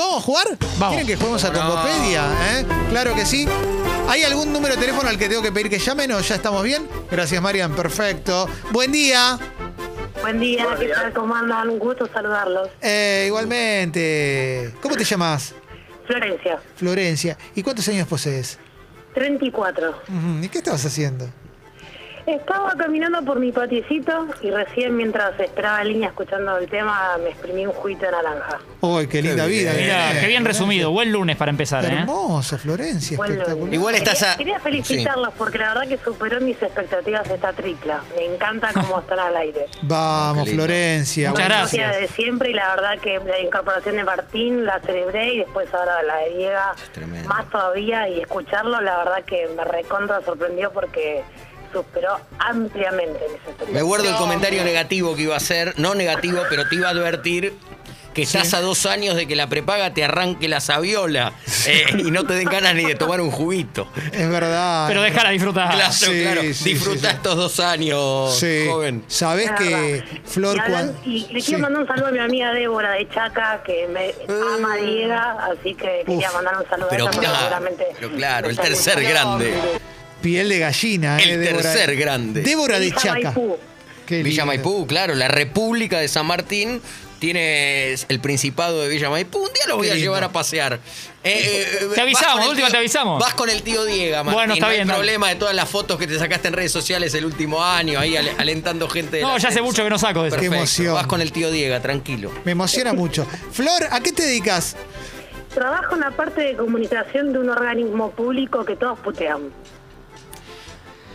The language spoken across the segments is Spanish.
¿Vamos a jugar? Vamos. ¿Quieren que juguemos a Congopedia? eh? Claro que sí. ¿Hay algún número de teléfono al que tengo que pedir que llamen o ya estamos bien? Gracias, Marian. Perfecto. Buen día. Buen día, ¿qué tal? ¿Cómo andan? Un gusto saludarlos. Eh, igualmente. ¿Cómo te llamas? Florencia, Florencia. ¿Y cuántos años posees? 34. Ujú, ¿Y qué estabas haciendo? Estaba caminando por mi patiecito y recién mientras esperaba en línea escuchando el tema me exprimí un juguito de naranja. ¡Uy, qué linda vida! Mirá, bien. qué bien resumido. Buen lunes para empezar, ¿eh? Hermoso, Florencia, Bueno, espectacular. Igual estás Quería, a... quería felicitarlos porque la verdad que superó mis expectativas esta tripla. Me encanta cómo están al aire. Vamos, Qué lindo. Florencia. Muchas bueno. gracias. de siempre y la verdad que la incorporación de Martín la celebré y después ahora la de Diega tremendo. más todavía y escucharlo la verdad que me recontra sorprendió porque superó ampliamente mis expectativas. Me guardo el comentario negativo que iba a hacer, no negativo, pero te iba a advertir que estás a dos años de que la prepaga te arranque la saviola eh, y no te den ganas ni de tomar un juguito. Es verdad. Pero déjala disfrutar. Claro, Ah, sí, claro. sí, Disfruta sí, sí. estos dos años, Sí. joven. Sabés Es que verdad. Flor y, hablan- cuan- y le Sí. quiero mandar un saludo a mi amiga Débora de Chaca, que me ama Diega, así que quería Uf, mandar un saludo Pero a ella porque claro, seguramente pero claro, el está tercer escuchando. grande. Piel de gallina, El eh, Débora. tercer grande. Débora de Elija Chaca. Maipú. Qué Villa lindo. Maipú, claro, la República de San Martín tiene el Principado de Villa Maipú. Un día lo voy Qué a lindo. llevar a pasear. Eh, eh, vas avisamos, con el de última tío- te avisamos. Vas con el tío Diego, Martín. Bueno, está no bien, hay dale. problema de todas las fotos que te sacaste en redes sociales el último año, ahí ale- alentando gente. del No, ya hace ascenso. mucho que no saco de eso. Qué Perfecto. emoción. Vas con el tío Diego, tranquilo. Me emociona mucho. Flor, ¿a qué te dedicas? Trabajo en la parte de comunicación de un organismo público que todos putean.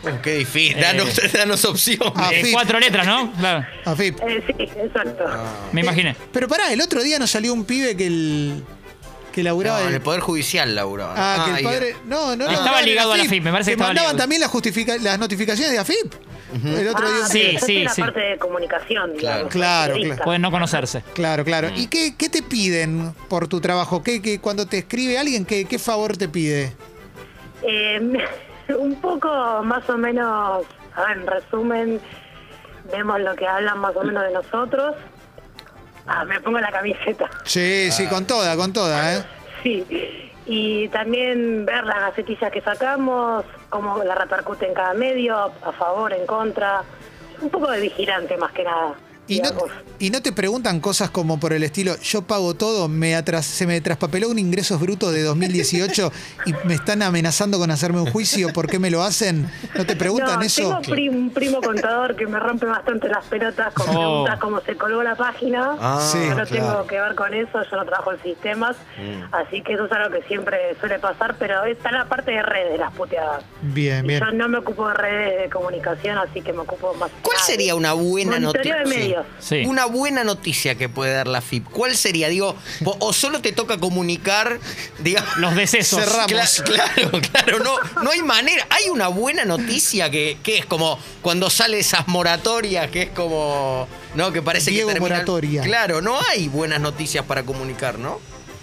Oh, qué difícil. Danos, danos opción. Ah, Eh, Afip. cuatro letras, ¿no? Claro, AFIP. Eh, sí, exacto. Ah. me imaginé. Pero pará, el otro día nos salió un pibe que el que laburaba en del- el Poder Judicial, Laura. Ah, que el padre. No, no, no. Estaba no, ligado a la AFIP. AFIP, me parece que Te estaba mandaban ligado. también las, justifica- las notificaciones de AFIP. El otro día. Ah, un Sí, pero pibe- yo soy sí, la sí. parte de comunicación, digamos, Claro, periodista. Pueden no conocerse. Claro, claro. Mm. ¿Y qué, qué te piden por tu trabajo? ¿Qué, qué- cuando te escribe alguien, qué, qué favor te pide? Eh, un poco más o menos, a ver, en resumen, vemos lo que hablan más o menos de nosotros. Ah, me pongo la camiseta, Sí, sí, con toda, con toda, ¿eh? sí. Y también ver las gacetillas que sacamos, cómo la repercute en cada medio, a favor, en contra. Un poco de vigilante más que nada. Y no, digamos. y no te preguntan cosas como por el estilo, yo pago todo, me atras- se me traspapeló un ingresos bruto de 2018 y me están amenazando con hacerme un juicio, ¿por qué me lo hacen? ¿No te preguntan No, eso? Tengo pri- un primo contador que me rompe bastante las pelotas con Oh. preguntas como se colgó la página. Ah, Sí, yo no claro. tengo que ver con eso, yo no trabajo en sistemas. Así que eso es algo que siempre suele pasar, pero está la parte de redes, las puteadas. Bien, bien. Yo no me ocupo de redes de comunicación, así que me ocupo más. ¿Cuál nada. sería una buena Monitoreo noticia? de medios. Sí. Una buena noticia que puede dar la FIP. ¿Cuál sería? Digo, po- o solo te toca comunicar, digamos. Los decesos. Cerramos. Cla- claro, claro, no, no hay manera. Hay una buena noticia que, que es como cuando sale esas moratorias, que es como. No, que parece Diego que. termina- moratoria. Claro, no hay buenas noticias para comunicar, ¿no?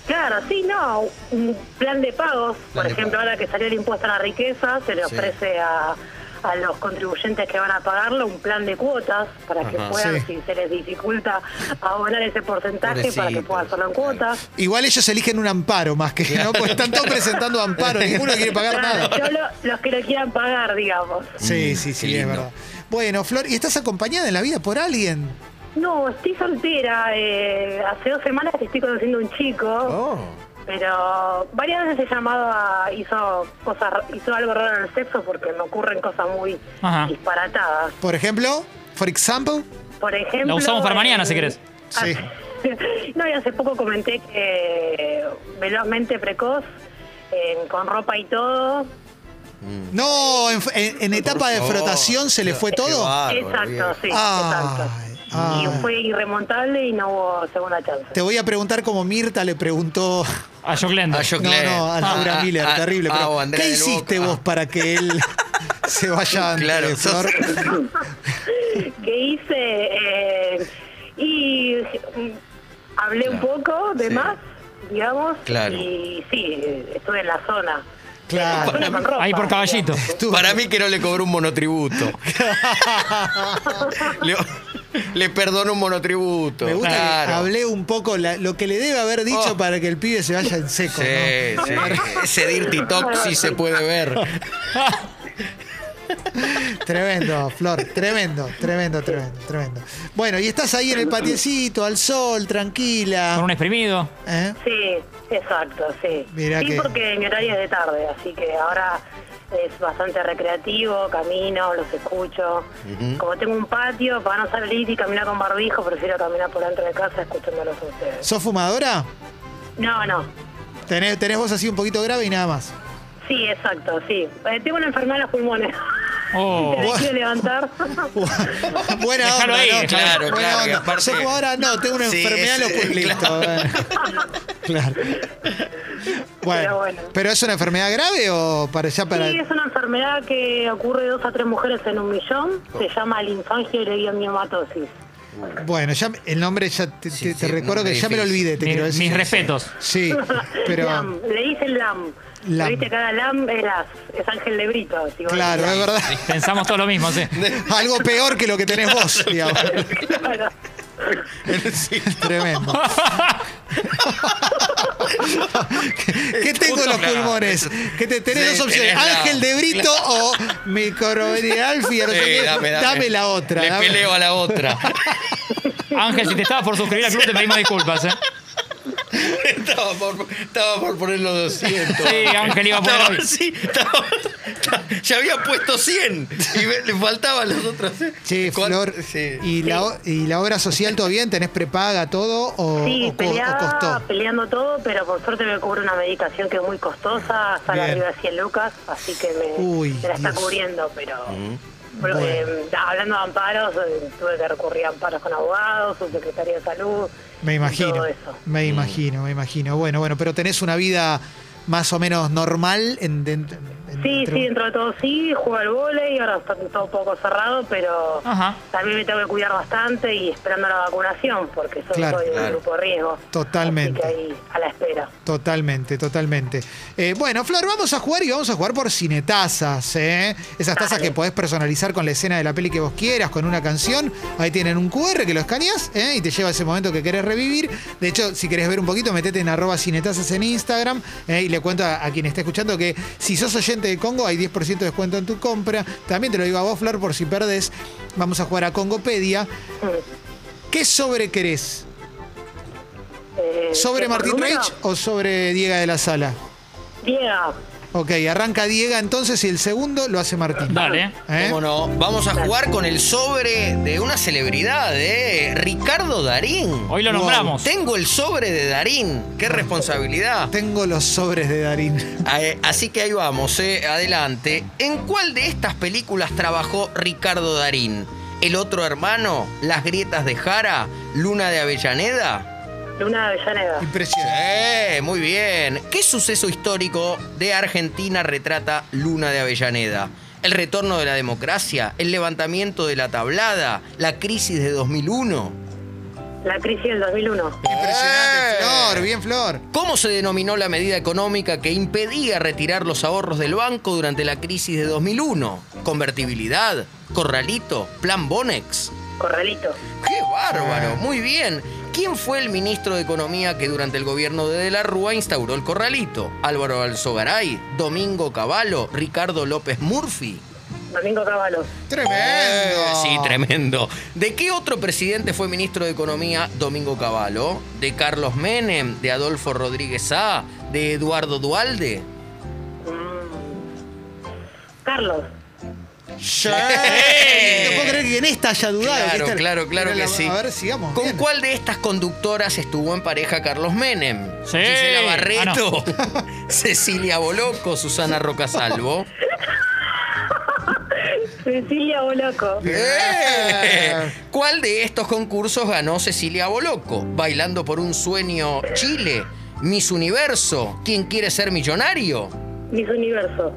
Claro, sí, no. Un plan de pagos, Plan por de ejemplo, pagos. ahora que salió el impuesto a la riqueza, se le Sí. ofrece a, a los contribuyentes que van a pagarlo un plan de cuotas para que Ajá. puedan, Sí. si se les dificulta, abonar ese porcentaje para que Pobrecitos, puedan hacerlo en claro. cuotas. Igual ellos eligen un amparo más que, ¿no? Porque están todos presentando amparo, ninguno quiere pagar Claro, nada. solo los que lo quieran pagar, digamos. Sí, sí, Mm, sí, qué es lindo. verdad. Bueno, Flor, ¿y estás acompañada en la vida por alguien? No, estoy soltera. eh, hace dos semanas que estoy conociendo a un chico. Oh. Pero varias veces he llamado a. hizo, cosas, hizo algo raro en el sexo porque me ocurren cosas muy Ajá. disparatadas. Por ejemplo, for example, Por ejemplo. La usamos para mañana, eh, si querés. Sí. hace- No, y hace poco comenté que eh, velozmente precoz, eh, con ropa y todo. no, en, en- en etapa de Mm. favor. flotación se le fue Oh. Qué todo. bárbaro, viejo. exacto, sí, Ay, exacto. ay. Y fue irremontable y no hubo segunda chance. Te voy a preguntar como Mirta le preguntó. A Joclenda. Ah, yo- No, Claro. no, a Laura Ah, Miller, ah, terrible. ah, pero o Andrea ¿Qué del hiciste Boca. vos para que él se vaya antes, Claro, Flor? que hice eh, y mm, hablé un poco de sí. más, digamos, Claro. y sí, estuve en la zona. Claro. Zona con ropa, Ahí por caballito. digamos. Tú- Para mí que no le cobró un monotributo. Le- Le perdono un monotributo. Me gusta claro. que hablé un poco la- lo que le debe haber dicho Oh. para que el pibe se vaya en seco, Sí, ¿no? sí. Ese Dirty Talk sí se puede ver. Tremendo, Flor, tremendo, tremendo, tremendo, tremendo. Bueno, y estás ahí en el patiecito, al sol, Con un tranquila. exprimido. ¿eh? Sí, exacto, sí. Mirá sí, que- porque mi horario es de tarde, así que ahora es bastante recreativo, camino, los escucho. Como tengo un patio, para no salir y caminar con barbijo, prefiero caminar por dentro de casa escuchándolos a ustedes. ¿Sos fumadora? No, no. Tenés, tenés voz así un poquito grave y nada más. Sí, exacto, sí. Eh, tengo una enfermedad en los pulmones. Te Oh. la quiero Bueno. levantar. Buena Dejalo onda, ahí, ¿no? claro, Buena claro, que onda. aparte- Yo fumadora no, tengo una Sí, enfermedad, sí, lo pues listo. bueno. Claro. Bueno, Pero bueno. ¿pero es una enfermedad grave o para allá para...? Sí, es una enfermedad que ocurre de dos a tres mujeres en un millón. Se Oh. llama linfangio leviamiomatosis. Bueno, ya me- el nombre ya te, Sí, te- te sí, recuerdo nombre que ya me lo difícil. olvidé, te Mi- quiero mis decir. respetos. Sí, pero... Lam, le dicen LAM. Lam. Viste, cada LAM es, las- es Ángel de Brito. así, bueno. Claro, es verdad. Pensamos todo lo mismo, sí. Algo peor que lo que tenés vos, digamos. Claro. Tremendo. ¿Qué, qué tengo en los Claro. pulmones? ¿Qué te, tenés Sí, dos opciones? tenés la- Ángel de Brito o microvenial fiero. Eh, dame, la otra. Le dame- peleo a la otra. Ángel, si te estabas por suscribir al club, te pedimos disculpas, ¿eh? estaba, por, estaba por poner los 200. Sí, Ángel iba a poner Estaba- hoy. sí, estaba- ta- ya había puesto 100 y me- le faltaban las otras. Che, Cuan- Flor, sí. ¿y, la, o- ¿y la obra social todo bien? ¿Tenés prepaga todo o, Sí, o co- o peleaba, costó? peleando todo, pero por suerte me cubre una medicación que es muy costosa, sale Bien. arriba de 100 lucas, así que me, Uy, me la está Dios. cubriendo, pero... pero, Bueno. eh, hablando de amparos, eh, tuve que recurrir a amparos con abogados, subsecretaría de salud. Me y imagino. Todo eso. Me Mm. imagino, me imagino. Bueno, bueno, pero tenés una vida más o menos normal. En, en- en- Sí, entre- sí, dentro de todo sí, juego al volei, ahora está todo un poco cerrado, pero Ajá. también me tengo que cuidar bastante y esperando la vacunación, porque yo Claro. soy de un Claro. grupo de riesgo. Totalmente. Así que ahí, a la espera. Totalmente, totalmente. Eh, bueno, Flor, vamos a jugar y vamos a jugar por cinetazas, ¿eh? Esas tazas Dale. que podés personalizar con la escena de la peli que vos quieras, con una canción. Ahí tienen un QR que lo escaneas ¿eh? y te lleva a ese momento que querés revivir. De hecho, si querés ver un poquito, metete en arroba cinetazas en Instagram ¿eh? y le cuento a, a quien esté escuchando que si sos oyente de Congo hay 10% de descuento en tu compra. También te lo digo a vos, Flor, por si perdés. Vamos a jugar a Congopedia. ¿Qué sobre querés? Eh, ¿Sobre ¿qué Martín número? Reich o sobre Diego de la Sala? Diego. Ok, arranca Diego entonces y el segundo lo hace Martín. Dale. ¿Eh? ¿Cómo no? Vamos a jugar con el sobre de una celebridad, ¿eh? Ricardo Darín. Hoy lo Wow. nombramos. Tengo el sobre de Darín. ¡Qué responsabilidad! Tengo los sobres de Darín. Eh, Así que ahí vamos, eh, adelante. ¿En cuál de estas películas trabajó Ricardo Darín? ¿El otro hermano? ¿Las grietas de Jara? ¿Luna de Avellaneda? Luna de Avellaneda. Impresionante. Sí, muy bien. ¿Qué suceso histórico de Argentina retrata Luna de Avellaneda? ¿El retorno de la democracia? ¿El levantamiento de la tablada? ¿La crisis de 2001? La crisis del 2001. Impresionante, Eh. Flor, bien Flor. ¿Cómo se denominó la medida económica que impedía retirar los ahorros del banco durante la crisis de 2001? ¿Convertibilidad? ¿Corralito? ¿Plan Bonex? Corralito. ¡Qué bárbaro! Muy bien. ¿Quién fue el ministro de Economía que durante el gobierno de De la Rúa instauró el corralito? ¿Álvaro Alzogaray? ¿Domingo Cavallo? ¿Ricardo López Murphy? Domingo Caballo. Tremendo. Eh, Sí, tremendo. ¿De qué otro presidente fue ministro de Economía Domingo Cavallo? ¿De Carlos Menem? ¿De Adolfo Rodríguez Sá? ¿De Eduardo Dualde? Mm. Carlos. Sí. No puedo creer que en esta haya dudado. que Claro, esta- claro, claro Pero que la- sí. A ver, sigamos. ¿Con bien. cuál de estas conductoras estuvo en pareja Carlos Menem? Sí. Ah, Gisela Barreto, Cecilia Boloco, Susana Rocasalvo. Cecilia Boloco. ¡Eh! ¿Cuál de estos concursos ganó Cecilia Boloco? ¿Bailando por un sueño Chile? ¿Miss Universo? ¿Quién quiere ser millonario? Mis Universo.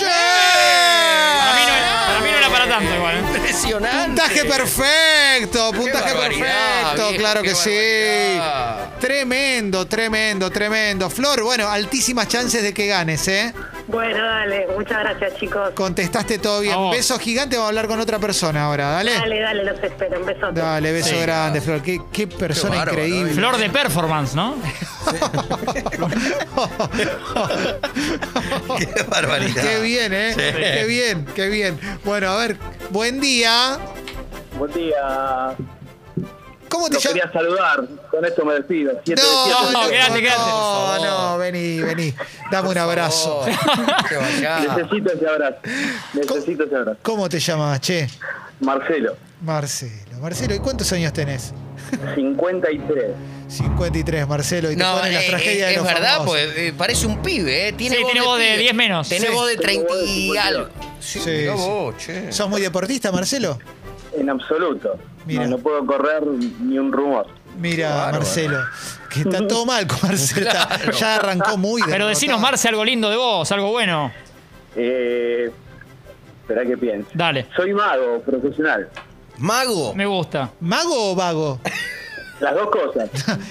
Para mí, no, para mí no era para tanto igual. ¿eh? Impresionante. Puntaje perfecto, puntaje barbaridad, perfecto, viejo, claro qué que sí. barbaridad. Tremendo, tremendo, tremendo. Flor, bueno, altísimas chances de que ganes, ¿eh? Bueno, dale, muchas gracias chicos. Contestaste todo bien. Vamos. Beso gigante, va a hablar con otra persona ahora, dale. Dale, Dale, dale, los espero. Un besote. beso Sí. grande, Flor. Qué, qué persona Qué bárbaro, increíble. Flor de performance, ¿no? Qué barbaridad. Qué bien, ¿eh? Qué bien, qué bien. Bueno, a ver, buen día. Buen día. ¿Cómo te Lo llamas? quería saludar. Con esto me despido. Siete de siete. No, No, quédate, quédate. No, Por favor. no, vení, vení. Dame un abrazo. Oh, Que vaya. Necesito ese abrazo. Necesito ese abrazo. ¿Cómo te llamas, che? Marcelo, Marcelo. Marcelo, ¿y cuántos años tenés? 53. 53, Marcelo, y te No, ponen eh, las tragedias eh, de es los verdad, famosos. pues eh, parece un pibe, ¿eh? Tiene Sí, tiene voz de pibe. 10 menos. Tiene Sí. voz de 30 Tengo voz de y 52. algo. Sí, Sí, mirá sí. vos, che. ¿Sos muy deportista, Marcelo? En absoluto. Mira. No, no puedo correr ni un rumor. Mira, Bárbaro. Marcelo, que está todo mal con Marcelo. está- Ya arrancó muy Pero derrotado. decinos, Marce, algo lindo de vos, algo bueno. Eh, espera que piense. Dale. Soy mago profesional. Mago. Me gusta. ¿Mago o vago? Las dos cosas.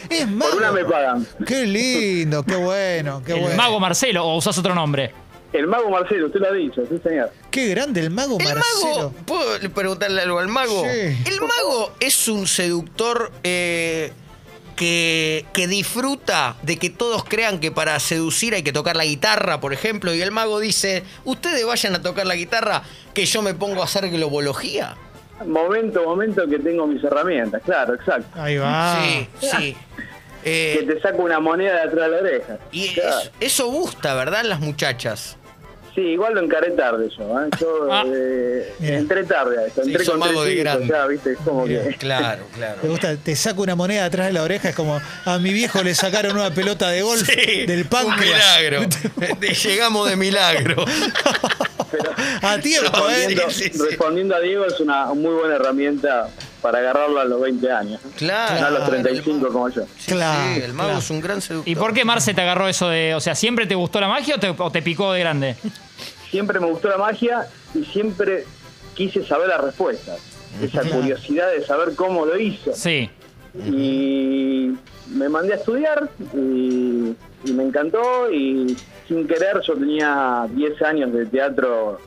Es mago. Por una me pagan. Qué lindo, qué bueno, qué el bueno. mago Marcelo, o usás otro nombre. El mago Marcelo, usted lo ha dicho, sí señor. Qué grande el mago El Marcelo. mago, ¿puedo le- preguntarle algo al mago? Sí. El mago es un seductor eh, que, que disfruta de que todos crean que para seducir hay que tocar la guitarra, por ejemplo, y el mago dice, ustedes vayan a tocar la guitarra, que yo me pongo a hacer globología. Momento, momento que tengo mis herramientas, claro, exacto. Ahí va. Sí, sí. Que Eh, te saco una moneda de atrás de la oreja. y es- Claro. eso gusta, ¿verdad? Las muchachas. Sí, igual lo encaré tarde yo. ¿eh? Yo Ah. eh, Bien. entré tarde a esto, Se entré hizo con mago de tres hijos, grande. ya, viste, es como que... Claro, Te claro. gusta, te saco una moneda atrás de la oreja, es como a mi viejo le sacaron una pelota de golf Sí, del un páncreas. milagro. Llegamos de milagro. A tiempo, ¿eh? Respondiendo, sí, sí. respondiendo a Diego es una muy buena herramienta para agarrarlo a los 20 años. Claro. No a los 35 Ah, el como yo. Sí, Claro, sí, el mago claro. es un gran seductor. ¿Y por qué Marce te agarró eso de.? O sea, ¿siempre te gustó la magia o te, o te picó de grande? Siempre me gustó la magia y siempre quise saber las respuestas. Esa curiosidad de saber cómo lo hizo. Sí. y me mandé a estudiar y, y me encantó y sin querer yo tenía 10 años de teatro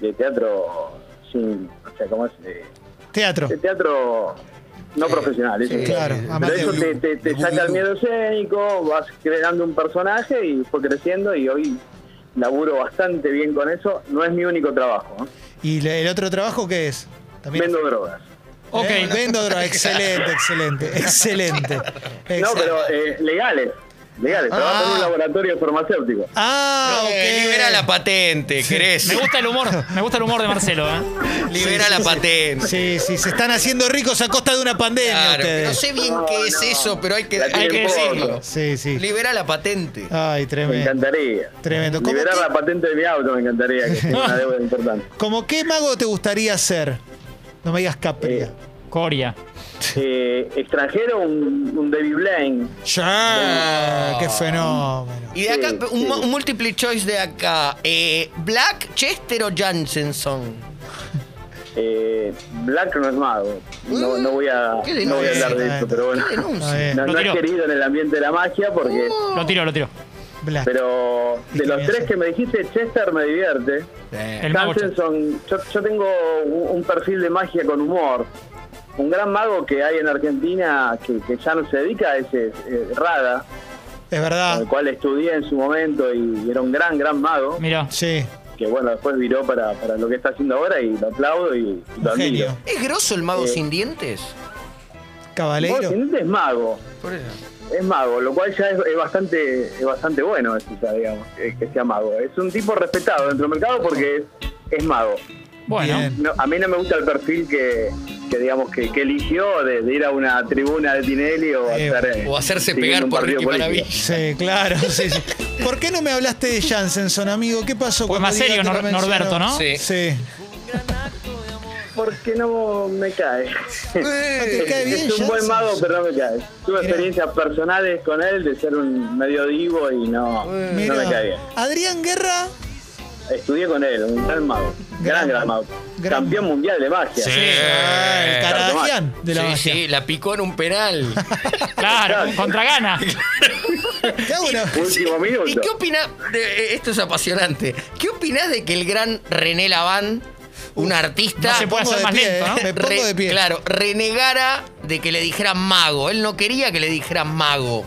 de teatro sin o sea cómo es de, Teatro. de teatro no profesional eso sí, es. Eh, claro, pero amateur. eso te, te- te saca el miedo escénico vas creando un personaje y fue creciendo y hoy laburo bastante bien con eso no es mi único trabajo ¿no? ¿Y le- el otro trabajo qué es? También- vendo drogas Ok. Eh, vendo droga. Excelente, excelente, excelente. no Excel- pero eh, legales legales trabajo en un Ah. laboratorio farmacéutico Ah, Eh, ok. Libera la patente, querés. Me gusta el humor, me gusta el humor de Marcelo, ¿eh? Libera la patente. Sí, sí, se están haciendo ricos a costa de una pandemia Claro, ustedes. no sé bien No, qué es no. eso, pero hay que, La hay que tienen poco. decirlo. Sí, Ah. sí. Libera la patente. Ay, Me tremendo. encantaría. Tremendo. ¿Cómo Liberar que- la patente de mi auto me encantaría, que es una deuda importante. ¿Cómo qué mago te gustaría ser? No me digas Capria. Eh. Coria. Eh, extranjero, un, un David Blaine. Ya, qué fenómeno. Y de acá, Sí, un, sí. mu- un multiple choice de acá. Eh, Black, Chester o Jansenson. Eh, Black no es mago. No, no voy a, Eh, Qué no voy a hablar de eso, pero bueno. Qué denuncia. Uh. Está bien. No, no Lo es tiró. querido en el ambiente de la magia porque... Lo tiro, lo tiro. Black. Pero ¿Y de qué voy los a tres hacer? que me dijiste, Chester me divierte. Eh, El mago Chester. Jansenson, yo, yo tengo un un perfil de magia con humor. Un gran mago que hay en Argentina que, que ya no se dedica a ese, eh, Rada, Es con Ah. verdad. el cual estudié en su momento y era un gran, gran mago, Mira. Sí, que bueno, después viró para, para lo que está haciendo ahora y lo aplaudo y lo un admiro. genio. ¿Es grosso el mago Eh. sin dientes? Cabaleiro. Vos, Sinete es mago, Por eso. es mago, lo cual ya es, es bastante es bastante bueno, eso ya, digamos, que, que sea mago. Es un tipo respetado dentro del mercado porque es, es mago. Bueno. Bien. No, a mí no me gusta el perfil que, que digamos, que, que eligió de, de ir a una tribuna de Tinelli o, Eh, hacer, eh, O hacerse siguiendo pegar un por partido Ricky político. Maravilla. Sí, claro. sí, sí. ¿Por qué no me hablaste de Jansenson, amigo? ¿Qué pasó? Pues cuando más serio, Diego te Nor- lo mencionó? Norberto, ¿no? Sí. Sí. Porque no me cae. Ah, te cae bien, es Eh, un buen Jansen. mago, pero no me cae. Tuve Mirá. experiencias personales con él de ser un medio divo y no, no me Mirá. cae bien. Adrián Guerra. Estudié con él, un gran mago. Gran- Gran, gran mago. gran Campeón mago. mundial de magia. Sí. El Caradagian de la sí, magia. sí, la picó en un penal. Claro, contra gana. ¿Qué hago una- Último minuto. ¿Y qué opinás? de- eh, esto es apasionante. ¿Qué opinás de que el gran René Laván, un artista. no se puede pongo hacer de más pie, lento, ¿no? ¿eh? Me pongo re- de pie. Claro, renegara de que le dijeran mago. Él no quería que le dijeran mago.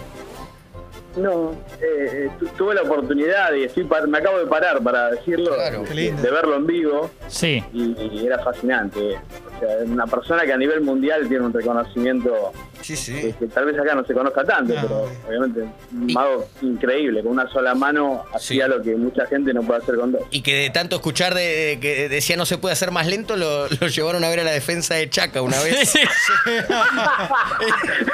No, eh, eh, tu- tuve la oportunidad y estoy par- me acabo de parar para decirlo, Claro. Qué de, lindo. de verlo en vivo Sí. y, y era fascinante. O sea, es una persona que a nivel mundial tiene un reconocimiento Sí, que, sí. que tal vez acá no se conozca tanto, No. pero obviamente un mago increíble, con una sola mano hacía Sí. lo que mucha gente no puede hacer con dos. Y que de tanto escuchar de, de que decía no se puede hacer más lento, lo, lo llevaron a ver a la defensa de Chaca una vez.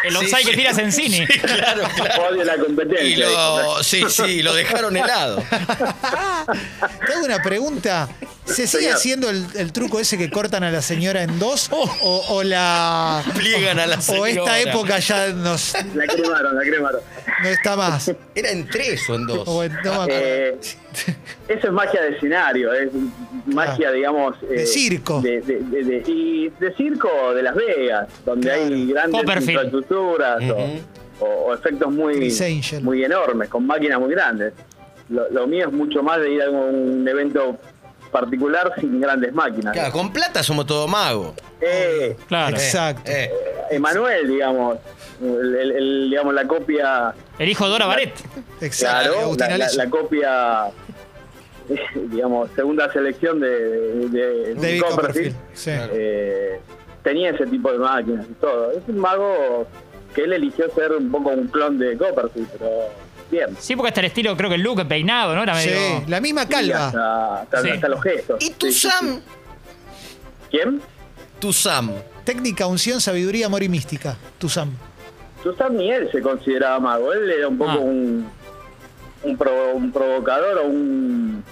El offside Sí, que sí. tiras en cine. claro, claro. Odio la competencia. Y lo, sí, sí, lo dejaron helado. Te hago una pregunta. ¿Se sigue Señor. haciendo el, el truco ese que cortan a la señora en dos? ¿O, o la. Pliegan a la O esta señora. época ya nos, La cremaron, la cremaron. no está más. Era en tres o en dos. O en- no me acuerdo. Eh, eso es magia de escenario, es magia, digamos... Ah. eh, De circo. De, de- de- de- y de circo de Las Vegas, donde Claro. hay grandes Copperfield. infraestructuras o- o, o efectos muy, Chris Angel. muy enormes, con máquinas muy grandes. Lo, lo mío es mucho más de ir a un evento particular sin grandes máquinas. Claro, con plata somos todo mago. Eh, Claro. Exacto. Eh, Emanuel, digamos, el- el- el- digamos la copia El hijo de Dora Baret. Exacto. Claro, Agustín la, la- Alessio. la copia, digamos, segunda selección de, de, de David Copperfield. Sí. eh, tenía ese tipo de máquinas y todo. Es un mago que él eligió ser un poco un clon de Copperfield, pero bien. Sí, porque hasta el estilo, creo que el look, el peinado, ¿no? Era Sí, medio. la misma Y calva. Hasta, hasta- Sí. hasta los gestos. ¿Y Sí, tu sí, Sam? sí. ¿Quién? Tu Sam. Técnica, unción, sabiduría, amor y mística. Tu Sam. Tu Sam ni él se consideraba mago. Él era un poco Ah. un, un, provo- un provocador o un...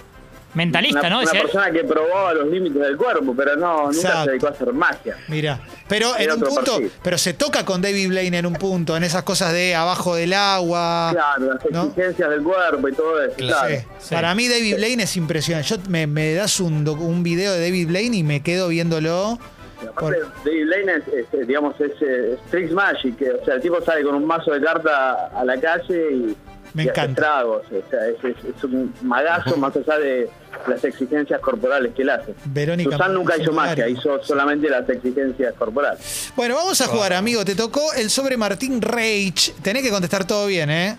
Mentalista, una, ¿no? una Decía él. persona que probaba los límites del cuerpo, pero no, nunca Exacto. se dedicó a hacer magia. Mira, pero en Era un otro punto, perfil. pero se toca con David Blaine en un punto, en esas cosas de abajo del agua. Claro, las Ah, ¿no? exigencias del cuerpo y todo eso. Claro. Claro. Sí. Para mí David Blaine es impresionante. Yo me, me das un, doc- un video de David Blaine y me quedo viéndolo. Y Aparte, David Lane es, es, digamos, es, eh, es Tricks Magic. que, o sea, el tipo sale con un mazo de carta a la calle y, Me y hace encanta. tragos. O sea, es, es- es un magazo más allá de las exigencias corporales que él hace. Verónica Susan nunca hizo magia, Montesolari. hizo solamente las exigencias corporales. Bueno, vamos a jugar, amigo. Te tocó el sobre Martín Reich. Tenés que contestar todo bien, ¿eh?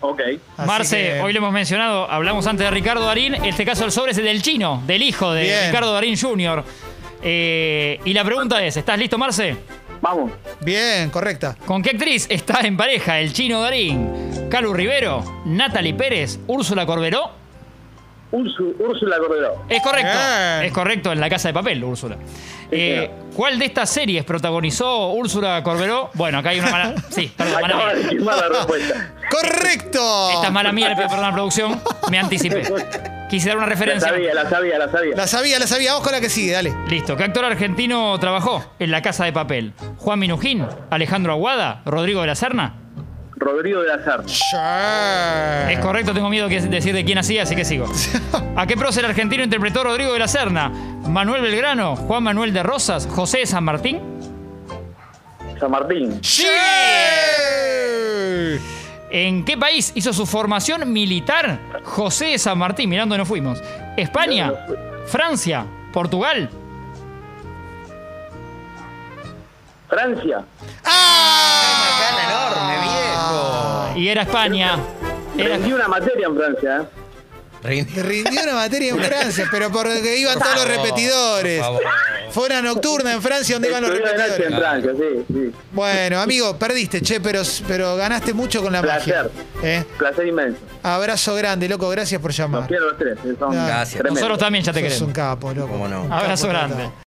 Ok. Así Marce, que- hoy lo hemos mencionado, hablamos antes de Ricardo Darín, en este caso el sobre es el del chino, del hijo de Bien. Ricardo Darín Jr. Eh, y la pregunta es, ¿estás listo Marce? Vamos. Bien, correcta. ¿Con qué actriz está en pareja el chino Darín? ¿Calu Rivero, Natalie Pérez, Úrsula Corberó? Ursu- Úrsula Corberó. Es correcto, Bien. es correcto, en La Casa de Papel, Úrsula. Eh, ¿Cuál de estas series protagonizó Úrsula Corberó? Bueno, acá hay una mala... Sí, perdón, mala Acaba mía. de firmar la respuesta. ¡Correcto! Esta es mala mía, le pido perdón a la producción, me anticipé. Quise dar una La referencia. sabía, la sabía, la sabía. La sabía, la sabía. Vamos con la que sigue, dale. Listo. ¿Qué actor argentino trabajó en La Casa de Papel? ¿Juan Minujín? ¿Alejandro Aguada? ¿Rodrigo de la Serna? Rodrigo de la Serna. Sí. Es correcto, tengo miedo que decir de quién hacía, así que sigo. ¿A qué prócer argentino interpretó Rodrigo de la Serna? ¿Manuel Belgrano? ¿Juan Manuel de Rosas? ¿José de San Martín? San Martín. Sí. ¿En qué país hizo su formación militar José de San Martín? Mirando no fuimos. ¿España? ¿Francia? ¿Portugal? Francia. ¡Ah! Macana enorme, viejo. Y era España. Era- Rendí una materia en Francia, ¿eh? Rendi- Rindió una materia en Francia, pero porque iban todos los favor, repetidores. por favor. Fue una nocturna en Francia donde iban los Estudió de noche en repetidores. Francia, sí, sí. Bueno, amigo, perdiste, che, pero, pero ganaste mucho con la Placer. magia. ¿eh? Placer inmenso. Abrazo grande, loco, gracias por Los llamar. quiero los tres. Son Gracias. tremendos. Nosotros también ya te Sos queremos. un capo, loco. Cómo no. Un capo, Abrazo tata. grande.